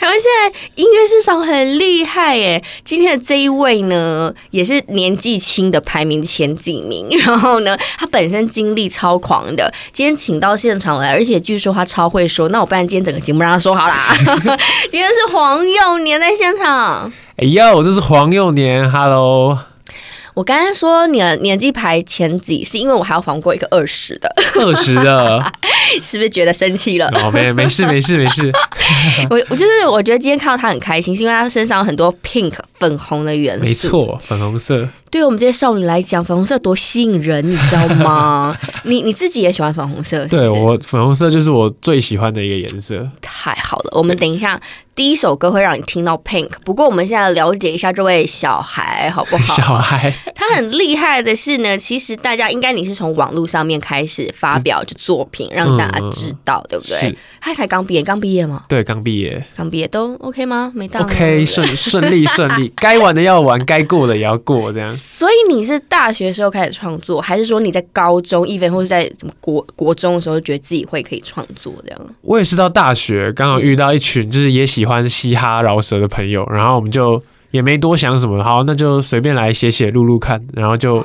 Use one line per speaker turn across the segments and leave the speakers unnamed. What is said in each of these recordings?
台湾现在音乐市场很厉害耶！今天的这一位呢，也是年纪轻的，排名前几名。 然后呢，他本身经历超狂的，今天请到现场来，而且据说他超会说。那我不然今天整个节目让他说好啦。 今天是黄幼年在现场。
哎呦，这是黄幼年，Hello，
我刚才说你的年纪排前几，是因为我还要防过一个二十的，
二十了，
是不是觉得生气了？
哦，没没事没事没 事，嗯
我我就是我觉得今天看到他很开心，是因为他身上有很多 pink 粉红的元素。
没错，粉红色，
对于我们这些少女来讲，粉红色多吸引人，你知道吗？ 你你自己也喜欢粉红色，是不是
对我粉红色就是我最喜欢的一个颜色。
太好了。我们等一下第一首歌会让你听到 Pink，不过我们现在了解一下这位小孩好不
小
好？
孩，
他很厉害的是呢，其实大家应该你是从网络上面开始发表就作品，让大家知道，对不对
嗯是？
他才刚毕业，刚毕业吗？
对，刚毕业
刚毕业都 OK 吗？没到吗
，OK，顺顺利顺利，该玩的要玩，该过的也要过，这样。
所以你是大学时候开始创作，还是说你在高中，even 或者在什么国国中的时候，觉得自己会可以创作这样？
我也是到大学刚好遇到一群就是也喜欢嘻哈饶舌的朋友，然后我们就也没多想什么，好，那就随便来写写录录看，然 后就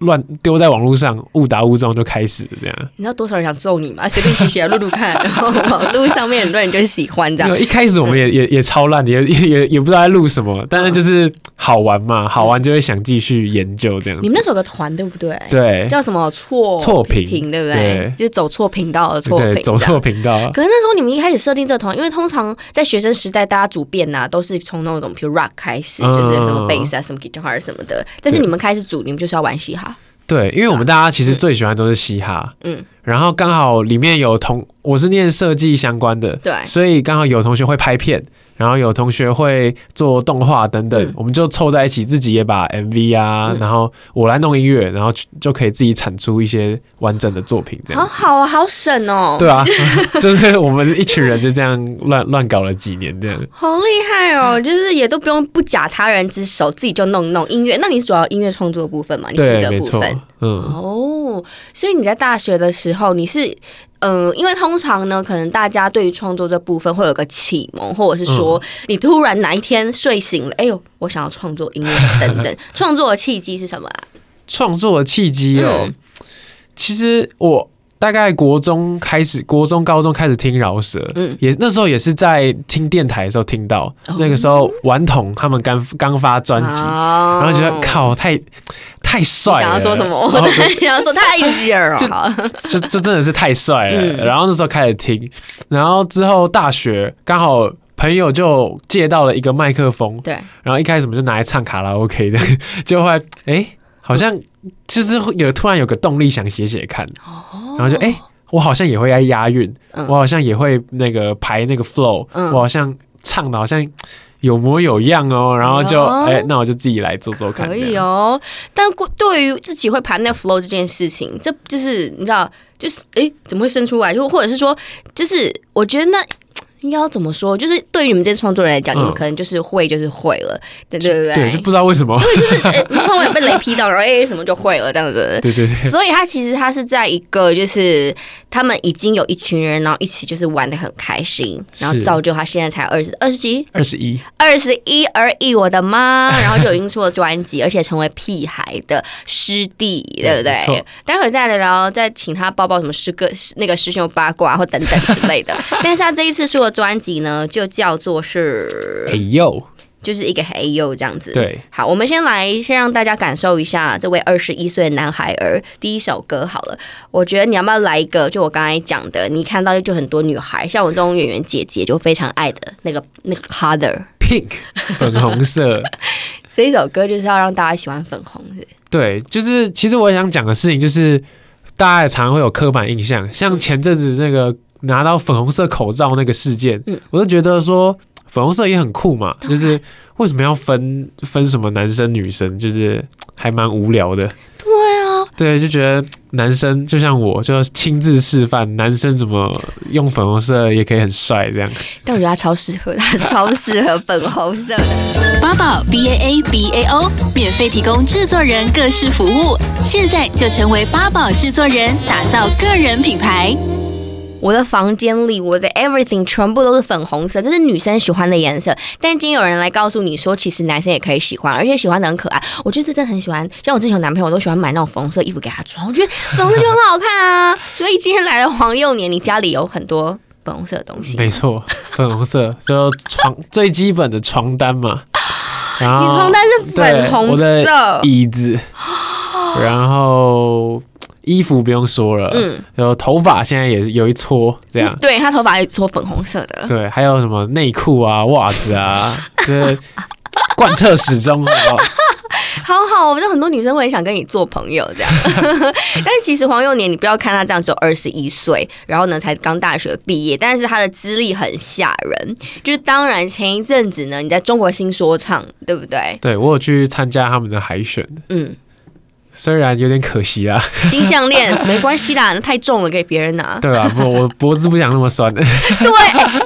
乱丢在网络上，误打误撞就开始了这样。
你知道多少人想揍你吗？随便写写录录看，然后网络上面很多人就喜欢这
因
样。嗯
为一开始我们也也也超烂的，也也也也不知道在录什么，但是就是好玩嘛，好玩就会想继续研究这样
你们
子。
那首歌团对不对？
对
叫什么错
错频
频对不
对
就是走错频道的错频
对，
这样，
走错频道，
可是那时候你们一开始设定这团，因为通常在学生时代，大家组变呐、都是从那种比如 rock 开始，
嗯
就是什么 bass 啊、什么 guitar 什么的。但是
对
你们开始组，你们就是要玩嘻哈，
对，因为我们大家其实最喜欢都是嘻哈，
嗯，
然后刚好里面有同我是念设计相关的，
对
所以刚好有同学会拍片，然后有同学会做动画等等，
嗯
我们就凑在一起，自己也把 MV 啊，
嗯
然后我来弄音乐，然后就就可以自己产出一些完整的作品，这
好
样。
好啊，好省哦，
对啊， 就是我们一群人就这样乱乱搞了几年，这样。
好厉害哦，
嗯
就是也都不用不假他人之手，自己就弄弄音乐。那你主要音乐创作的部分嘛，你负
对
责，
没
部
错
分。，
嗯，
哦，所以你在大学的时候，你是，呃，因为通常呢，可能大家对于创作这部分会有个启蒙，或者是说，
嗯
你突然哪一天睡醒了，哎呦，我想要创作音乐等 等，创作的契机是什么啊？
创作的契机哦，
嗯
其实我大概国中开始，国中、高中开始听饶舌，
嗯
也那时候也是在听电台的时候听到，那个时候顽童他们刚刚发专辑，
哦
然后觉得靠，太太帅了，
想要说什么？我
然后
在想要说太热了，好
就就真的是太帅了。
嗯
然后那时候开始听，然后之后大学刚好朋友就借到了一个麦克风，
对，
然后一开始我们就拿来唱卡拉 OK 这样， 就会哎、好像就是会有突然有个动力想写写看，然后就哎、我好像也会爱押韵，
嗯
我好像也会那个排那个 flow，、
嗯
我好像唱的好像有模有样哦，然后就
哎
哎、
呦
那我就自己来做做看，
可以，哦，但过对于自己会盘那 flow 这件事情，这就是你知道，就是诶，怎么会生出来？就或者是说，就是我觉得那应该要怎么说？就是对于你们这些创作人来讲，
嗯
你们可能就是会就是会了，对对对
对，就不知道为 什么，
就是诶，你看我有被雷劈到，然后诶什么就会了这样子。
对对对。
所以他其实他是在一个，就是他们已经有一群人，然后一起就是玩的很开心，然后
是
造就他现在才二十二十几，
二十一，
二十一而已，我的 妈！然后就已经出了专辑，而且成为屁孩的师弟，对不
对没
对
错？
待会儿再聊聊，再请他抱抱什么师哥、师那个师兄八卦或等等之类 的。但是他这一次出的专辑呢，就叫做是
哎呦，
就是一个黑幼这样子。。
对，
好，我们先来先让大家感受一下这位二十一岁的男孩儿第一首歌好了。我觉得你要不要来一个？就我刚才讲的，你看到就很多女孩，像我这种演员姐姐就非常爱的那个那个 color。
pink 粉红色，
这一首歌就是要让大家喜欢粉红的，
对，就是其实我想讲的事情就是，大家也常常会有刻板印象，像前阵子那个拿到粉红色口罩那个事件，
嗯啊
我就觉得说粉红色也很酷嘛，就是为什么要分分什么男生女生，就是还蛮无聊的。
对啊，
对，就觉得男生就像我，就亲自示范男生怎么用粉红色也可以很帅这样。
但我觉得他超适合， 他超适合粉红色的。
八宝 B A A B A O 免费提供制作人各式服务，现在就成为八宝制作人，打造个人品牌。
我的房间里，我的 everything 全部都是粉红色，这是女生喜欢的颜色。但今天有人来告诉你说，其实男生也可以喜欢，而且喜欢的很可爱。我觉得真的很喜欢，像我之前有男朋友，我都喜欢买那种粉红色衣服给他穿，我觉得粉红色就很好看 啊。所以今天来了黄幼年，你家里有很多粉红色的东西，
没错，粉红色就床最基本的床单嘛。 然后
你床单是粉
对
红
我的
色，
椅 子，然后衣服不用说了，
嗯
然后头发现在也是有一撮这样。
对他头发也做粉红色的。
对，还有什么内裤 啊、袜子啊，这贯彻始 终，好不好
好好，我们就很多女生会很想跟你做朋友 这样。但其实黄幼年，你不要看他这样只有二十一岁，然后呢才刚大学毕业，但是他的资历很吓人。就是当然前一阵子呢，你在中国新说唱，对不对？
对我有去参加他们的海选，
嗯，
虽然有点可惜啊啦，
金项链没关系啦，太重了给别人 拿。
对吧、不，我脖子不想那么 酸，
对，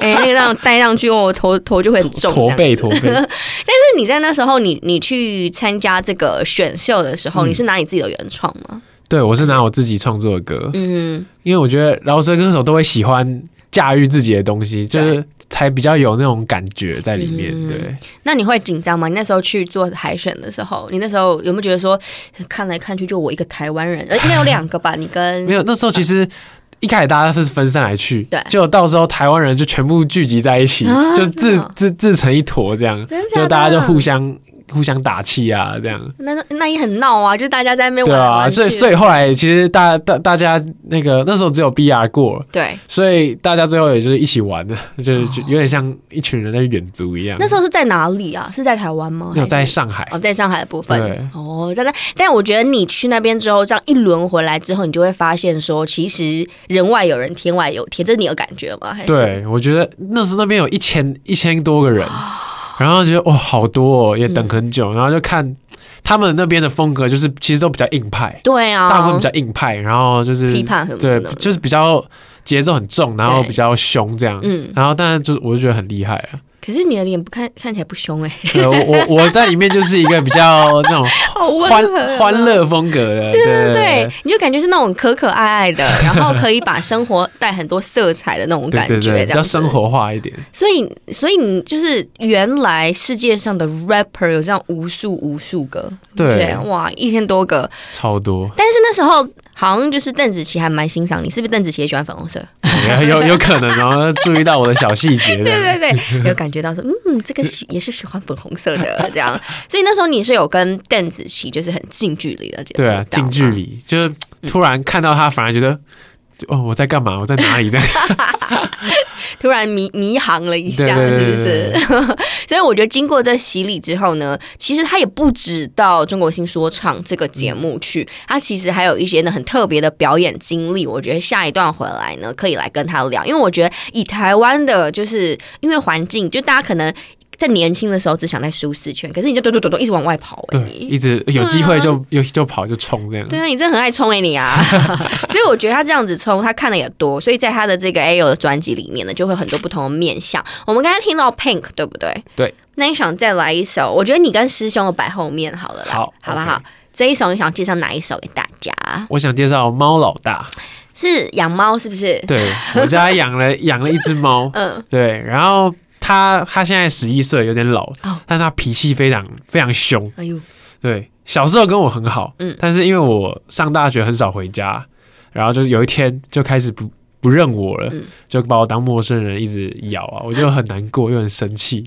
哎、那个让戴上去，哦我头头就会很重。
驼背驼背。
但是你在那时候，你你去参加这个选秀的时候，
嗯
你是拿你自己的原创吗？
对我是拿我自己创作的歌，
嗯。
因为我觉得饶舌歌手都会喜欢驾驭自己的东西，就是才比较有那种感觉在里面。
嗯
对，
那你会紧张吗？你那时候去做海选的时候，你那时候有没有觉得说，看来看去就我一个台湾 人，呃，应该有两个吧？你跟
没有那时候其实。一开始大家是分散来去，
嗯对
就到时候台湾人就全部聚集在一起，
啊
就
真
自
的哦
自自成一坨这样，
真的假
就
的
大家就互相互相打气啊，这样。
那那也很闹啊，就是大家在那边
对
玩来
啊，
玩去
所以所以后来其实大大大家那个那时候只有 BR 过，
对，
所以大家最后也就是一起玩的，就是就有点像一群人在远足一样。
那时候是在哪里啊？是在台湾吗？
没有在
还是
上海，
哦，在上海的部
对
分哦，但但但我觉得你去那边之后，这样一轮回来之后，你就会发现说，其实人外有人，天外有天，这是你有感觉吗？还是，
对我觉得那时候那边有一千一千多个人，
啊
然后觉得哇好多哦，也等很
嗯
久，然后就看他们那边的风格，就是其实都比较硬派，
对啊，
大部分比较硬派，然后就是
批判什么
对
的，，
就是比较节奏很重，然后
对
比较凶这样。
嗯，
然后，但是就是我就觉得很厉害啊！
可是你的脸不看看起来不凶哎、
对我我我在里面就是一个比较那种
好 温
欢
和啊
欢乐风格的，对
对对，你就感觉是那种可可爱爱 的，然后可以把生活带很多色彩的那种感
对
觉，
对对，比
这
较
样子
生。活化一点。
所以，所以你就是原来世界上的 rapper 有这样无数无数个，
对
哇，一千多个。
超多，
但是那时候好像就是邓紫棋还蛮欣赏你，是不是？邓紫棋也喜欢粉红色，
有有可能哦，注意到我的小细节这
对
样。
对对，有感觉到说，嗯，这个是也是喜欢粉红色的这 样。所以那时候你是有跟邓紫棋就是很近距离的接触
对
到
啊
吗，，
近距离就是突然看到他，反而觉得。哦，我在干嘛？我在哪里？这样
突然迷迷航了一下，
对对对
是不是？ 所以我觉得经过这洗礼之后呢，其实他也不止到中国新说唱这个节目
嗯
去，他其实还有一些呢很特别的表演经历。我觉得下一段回来呢，可以来跟他聊，因为我觉得以台湾的，就是因为环境，就大家可能。在年轻的时候只想在舒适圈，可是你就咚咚咚咚一直往外跑、欸，
对，一直有机会就有就跑就冲这样。
对啊，你真的很爱冲哎、你啊！ 所以我觉得他这样子冲，他看的也多，所以在他的这个 A O 的专辑里面呢，就会很多不同的面向。我们刚才听到 Pink，对不对？
对。
那你想再来一首？我觉得你跟师兄的摆后面好了啦，
好
好不好
OK
这一首你想介绍哪一首给大家？
我想介绍猫老大，
是养猫是不是？
对我家养了 养了一只猫，
嗯，
对，然后他他现在十一岁，有点老
哦，
但他脾气非常非常凶，
哎呦，
对，小时候跟我很好，
嗯
但是因为我上大学很少回家，然后就有一天就开始不不认我了，
嗯
就把我当陌生人一直咬啊，我就很难过又很 生气，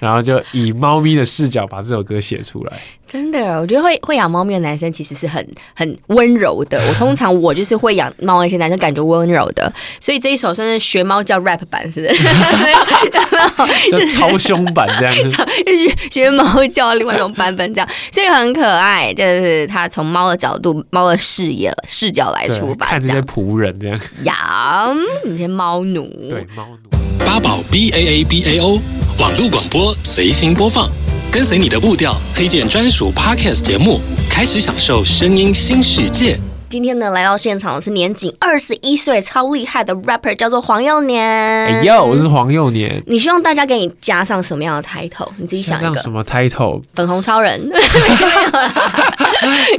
然后就以猫咪的视角把这首歌写出 来。
真的，我觉得会会养猫咪的男生其实是很很温柔的。我通常我就是会养猫那些男生感觉温柔的，所以这一首算是学猫叫 rap 版，是不 啊是？
就超凶版这样子，
就是 学猫叫另外一种版本这样，所以很可爱。就是它从猫的角度、猫的视野、视角来出
对，
发
看
这
这些
样
仆人这样，
养你些猫奴。
对，猫奴。
八宝 B A A B A O 网络广播随心播放，跟随你的步调，推荐专属 Podcast 节目，开始享受声音新世界。
今天呢，来到现场的是年仅二十一岁、超厉害的 rapper，叫做黄幼年。
哎
嗯
呦，我是黄幼年，
你希望大家给你加上什么样的 title？你自己
像
想一个
什么 title？
粉红超 人，没有啦。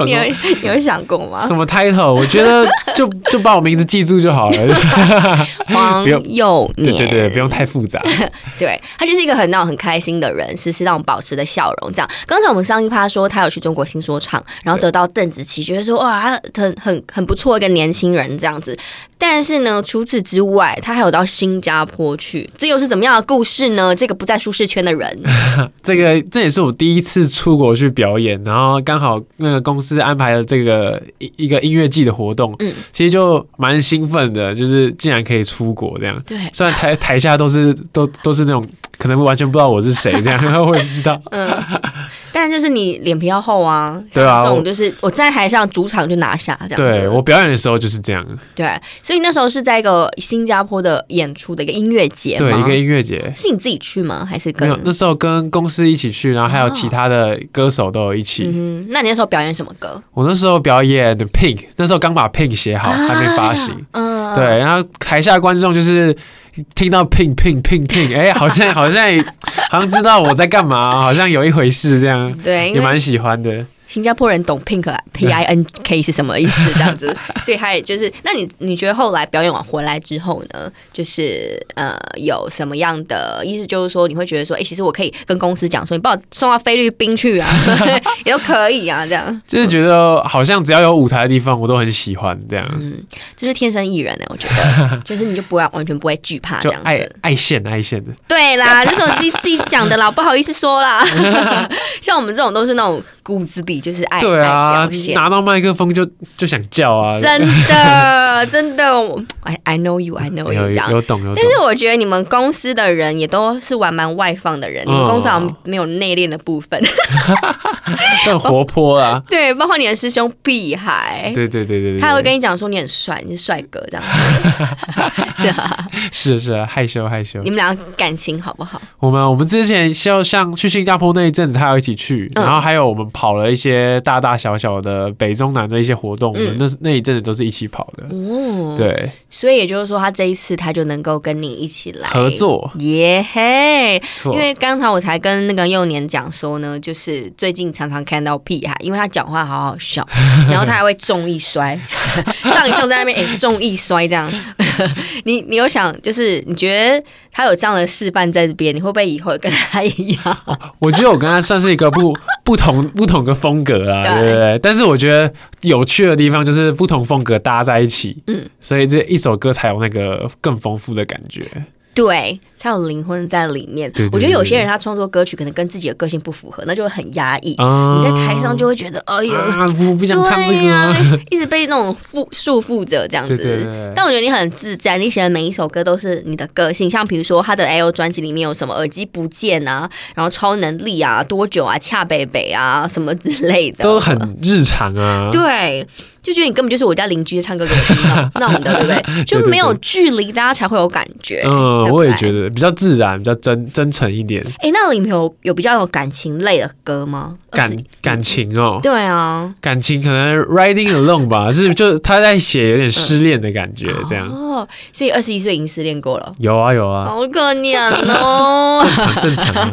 你有你有想过吗？
什么 title？我觉得就就把我名字记住 就好了。
黄
不用
幼年，
对对对，不用太复杂。
对他就是一个很闹很开心的人，时时让我们保持的笑容。这样，刚才我们上一趴说他有去中国新说唱，然后得到邓紫棋，觉得说哇，他很很很不错一个年轻人这样子。但是呢，除此之外，他还有到新加坡去，这又是怎么样的故事呢？这个不在舒适圈的人，
这个这也是我第一次出国去表演，然后刚好那个公司安排了这个一一个音乐季的活动，
嗯
其实就蛮兴奋的，就是竟然可以出国这样。
对
虽然台 台下都是都都是那种可能完全不知道我是谁 这样，然后我也不知道，
嗯，但就是你脸皮要厚啊，
对啊
像这
我
种就是我在台上主场就拿下这样子。
对我表演的时候就是这样，
对，所以那时候是在一个新加坡的演出的一个音乐节吗，
对一个音乐节。
是你自己去吗？还是
没
跟
有，那时候跟公司一起去，然后还有
哦
其他的歌手都有一起。
嗯哼，那你那时候表演什么歌？啊
我那时候表演 Pink，那时候刚把 Pink 写好，还没发行。
嗯，
对，，然后台下观众就是听到 ping ping ping ping，哎、好像好像 好像知道我在干嘛，好像有一回事这样，
对，
也
哎因为嗯
蛮喜欢的。
新加坡人懂 pink 啊 p i n k 是什么意思，这样子，所以他也就是，那你你觉得后来表演完回来之后呢，就是呃有什么样的意思？就是说你会觉得说，哎、其实我可以跟公司讲说，你把我送到菲律宾去 啊，也都可以啊，这样，
就是觉得好像只要有舞台的地方，我都很喜欢这样，
嗯，就是天生艺人欸呢、我觉 得，就是你就不会完全不会惧怕啊这
就
样
爱
子。
爱现爱现的。
对 啦，这种你自己讲的啦，不好意思说啦。像我们这种都是那种骨子里就是爱
对
爱
啊
表，现，
拿到麦克风就就想叫啊，
真的真的我，I I know you, I know
有
you
有
这样。
有懂有懂
但。是我觉得你们公司的人也都是玩蛮外放的人，你们
嗯
公司好像没有内敛的部分。
更活泼啊，
对，包括你的师兄碧海，
对对对对对，
哎他还会跟
你
你讲说你很帅，你是帅哥 这样。 是啊，
是啊是啊，害羞害羞
你。们俩感情好不好？
我们我们之前像像去新加坡那一阵子，他有一起去，
嗯
然后还有我们跑了一些大大小小的北中南的一些活动，我
嗯
们那那一阵子都是一起跑的。
哦，，
对，
所以也就是说，他这一次他就能够跟你一起来
合。作
耶嘿
不错
因，为刚才我才跟那个幼年讲说呢，就是最近常常看到屁孩，因为他讲话好好 笑，然后他还会重一摔，上一次我在那边哎、重一摔这样， 你你有想就是你觉得他有这样的示范在这边，你会不会以后也跟他一样？
我觉得我跟他算是一个不 不同不同的风格啦，
对
对不对？但是我觉得有趣的地方就是不同风格搭在一起，
嗯
嗯，所以这一首歌才有那个更丰富的感觉。
对，才有灵魂在里面。
对对
我觉得有些
对
人他创作歌曲可能跟自己的个性不符合，那就会很压抑。
啊
你在台上就会觉得，哎呦，
啊，我不想唱这
对
个
呀
啊，
一直被那种缚束缚着这样子。
对对对
但我觉得你很自在，你写的每一首歌都是你的个性，像比如说他的 L 专辑里面有什么耳机不见啊，然后超能力啊，多久啊，恰北北啊，什么之类的，
都很日常啊。
对，就觉得你根本就是我家邻居唱歌给我听的那种的，对不对？就
对对
没有
对
距离，大家才会有感觉。
嗯，
对不
我也
对
觉得比较自然，比较真真诚一点。
哎，那里面有有比较有感情类的歌吗？
感
二十
感情哦，
嗯对啊，
感情可能 riding alone 吧， 是就他在写有点失恋的感觉，这样
哦，所以二十一岁已经失恋过了，
有啊有啊，
好可怜哦。
很正常 啊，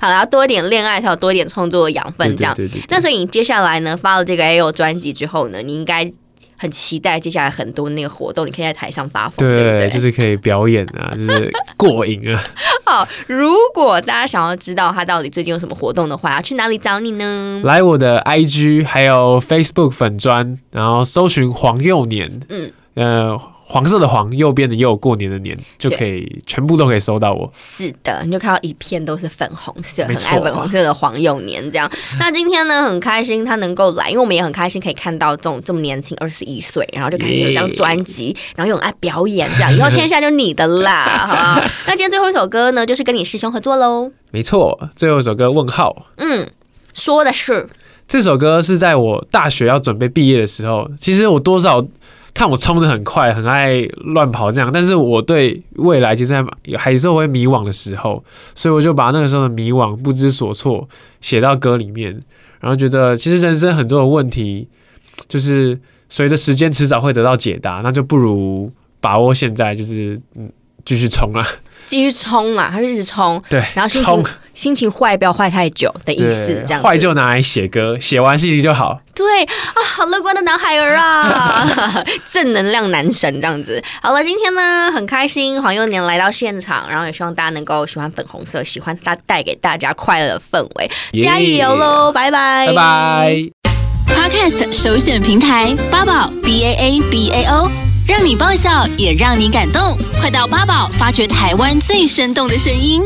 好啦，多一点恋爱，才有多一点创作的养
对
分，这
对
样。
对对，
那所以你接下来呢，发了这个 A O 专辑之后呢，你应该很期待接下来很多那个活动，你可以在台上发疯，对不
对
对？
就是可以表演 啊，就是过瘾啊。
好，如果大家想要知道他到底最近有什么活动的话，要去哪里找你呢？
来我的 IG 还有 Facebook 粉砖，然后搜寻黄幼年，
嗯
嗯，呃，黄色的黄，右边的右，过年的年，就可以全部都可以搜到我。
是的，你就看到一片都是粉红色，很
没错
爱粉红色的黄永年 这样。那今天呢，很开心他能够来，因为我们也很开心可以看到这种这么年轻，二十一岁，然后就开始有这张专辑，然后又很爱表演 这样，以后天下就你的啦，好不好？那今天最后一首歌呢，就是跟你师兄合作喽。
没错，最后一首歌问号。
嗯，说的是，
这首歌是在我大学要准备毕业的时候，其实我多少看我冲的很快，很爱乱跑这样，但是我对未来其实还还是会迷惘的时候，所以我就把那个时候的迷惘、不知所措写到歌里面，然后觉得其实人生很多的问题，就是随着时间迟早会得到解答，那就不如把握现在，就是嗯继续冲啊，
继续冲嘛，他就一直冲，
对，
然后心
冲
情心情坏不要坏太久的意思，
对
这样，子
坏就拿来写歌，写完心情就好。
对啊，好乐观的男孩儿啊， 正能量男神这样子。好了，今天呢很开心，黄幼年来到现场，然后也希望大家能够喜欢粉红色，喜欢他带给大家快乐的氛围，加油喽，拜拜，
拜拜。
Podcast 首选平台八宝 B A A B A O，让你爆笑也让你感动，快到八宝发掘台湾最生动的声音。